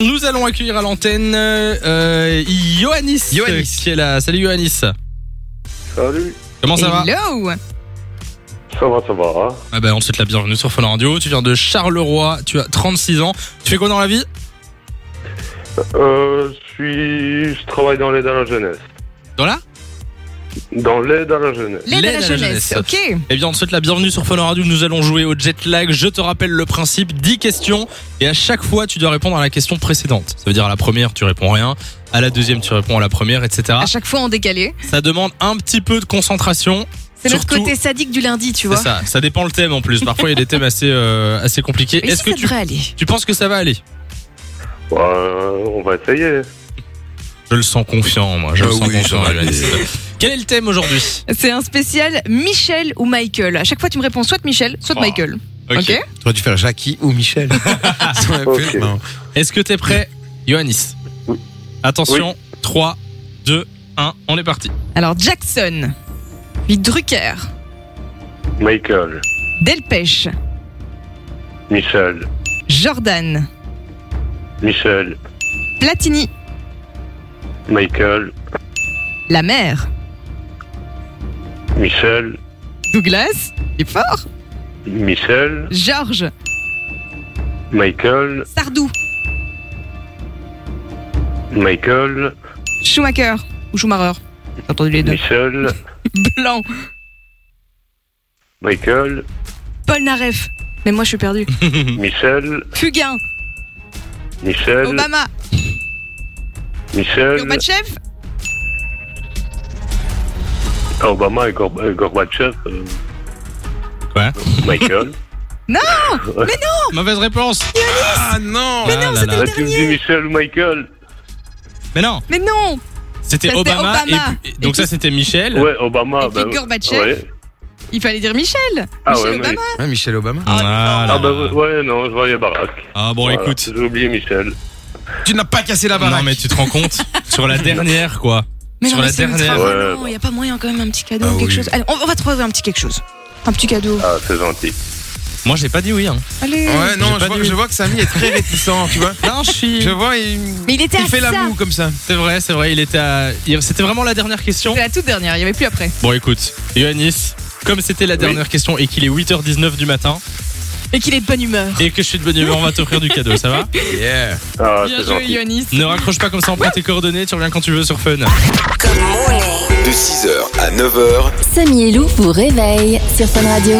Nous allons accueillir à l'antenne euh, Ioannis, Ioannis. euh, qui est là. Salut Ioannis. Salut, Comment ça va Hello ça va, ça va. hein ah ben, On te souhaite la bienvenue sur Fun Radio. Tu viens de Charleroi, tu as 36 ans. Tu fais quoi dans la vie Euh, je suis, je travaille dans l'aide à la jeunesse. Dans la Dans l'aide à la jeunesse. L'aide à la jeunesse, ok. Eh bien, on te souhaite la bienvenue sur Fun Radio. Nous allons jouer au jet lag. Je te rappelle le principe 10 questions. Et à chaque fois, tu dois répondre à la question précédente. Ça veut dire à la première, tu réponds rien. À la deuxième, tu réponds à la première, etc. À chaque fois en décalé. Ça demande un petit peu de concentration. C'est notre Surtout- côté sadique du lundi, tu C'est vois. ça. Ça dépend le thème en plus. Parfois, il y a des thèmes assez, euh, assez compliqués. Mais Est-ce si que ça tu devrait aller. Tu penses que ça va aller Ouais, euh, on va essayer. Je le sens confiant, moi. Je Ah Euh, le sens oui, confiant. ça va Ioannis. Quel est le thème aujourd'hui C'est un spécial Michel ou Michael. À chaque fois, tu me réponds soit Michel, soit Oh. Michael. Ok. T'aurais dû faire Jackie ou Michel. Ça aurait Ok. fait, non. Est-ce que t'es prêt, Ioannis Oui. Attention, 3, 2, 1, on est parti. Alors Jackson, puis Drucker, Michael, Delpech, Michel, Jordan, Michel, Platini, Michael, la mère, Michel, Douglas, il est fort, Michel, Georges, Michael, Sardou, Michael, Schumacher ou Schumacher. J'ai entendu les deux. Michel, Blanc, Michael, Paul Naref. Mais moi, je suis perdu. Hmm. Michel, Fugain, Euh, Michel, Obama, Michel, Gorbatchev, Obama et Gor- euh, Gorbatchev. euh, Quoi Michael. Oh, Mauvaise réponse Ah non Ah là là. Ah, tu me dis Michel ou Michael Mais non, mais non, c'était Ça, c'était Obama. et Obama. puis- et donc Et ça, puis- c'était Michel. Ouais, Obama. Et puis ben, Gorbatchev. ouais. il fallait dire Michel. Ah Michel ouais, mais- Obama. Ouais, Michel Obama. Ah, Ah là bah là. ouais, non, je voyais Barack. Ah, bon, Voilà, écoute. J'ai oublié Michel. Tu n'as pas cassé la Non, baraque. mais tu te rends compte Sur la dernière, quoi. Mais Sur non, la mais c'est ultra dernière. Ouais, bah. violent, bon. y a pas moyen quand même un petit cadeau, Ah quelque oui. chose. Allez, on on va trouver un petit quelque chose. Un petit cadeau. Ah, c'est gentil. Moi, j'ai pas dit oui. Hein. Allez. Ouais, J'ai non, pas je vois, dit. je vois que Samy est très réticent, tu vois. Non, je suis. Je vois, il, Mais il était il à fait la ça. moue comme ça. C'est vrai, c'est vrai. Il était. à- il- C'était vraiment la dernière question. C'est la toute dernière, il y avait plus après. Bon, écoute, Ioannis, comme c'était la dernière question et qu'il est 8h19 du matin Et qu'il est de bonne humeur. et que je suis de bonne humeur, on va t'offrir du cadeau, ça va Yeah. Ah, Bien c'est joué, gentil. Ioannis. Ne raccroche pas comme ça, on prend tes coordonnées, tu reviens quand tu veux sur Fun. De 6h à 9h, Samy et Lou vous réveille sur Fun Radio.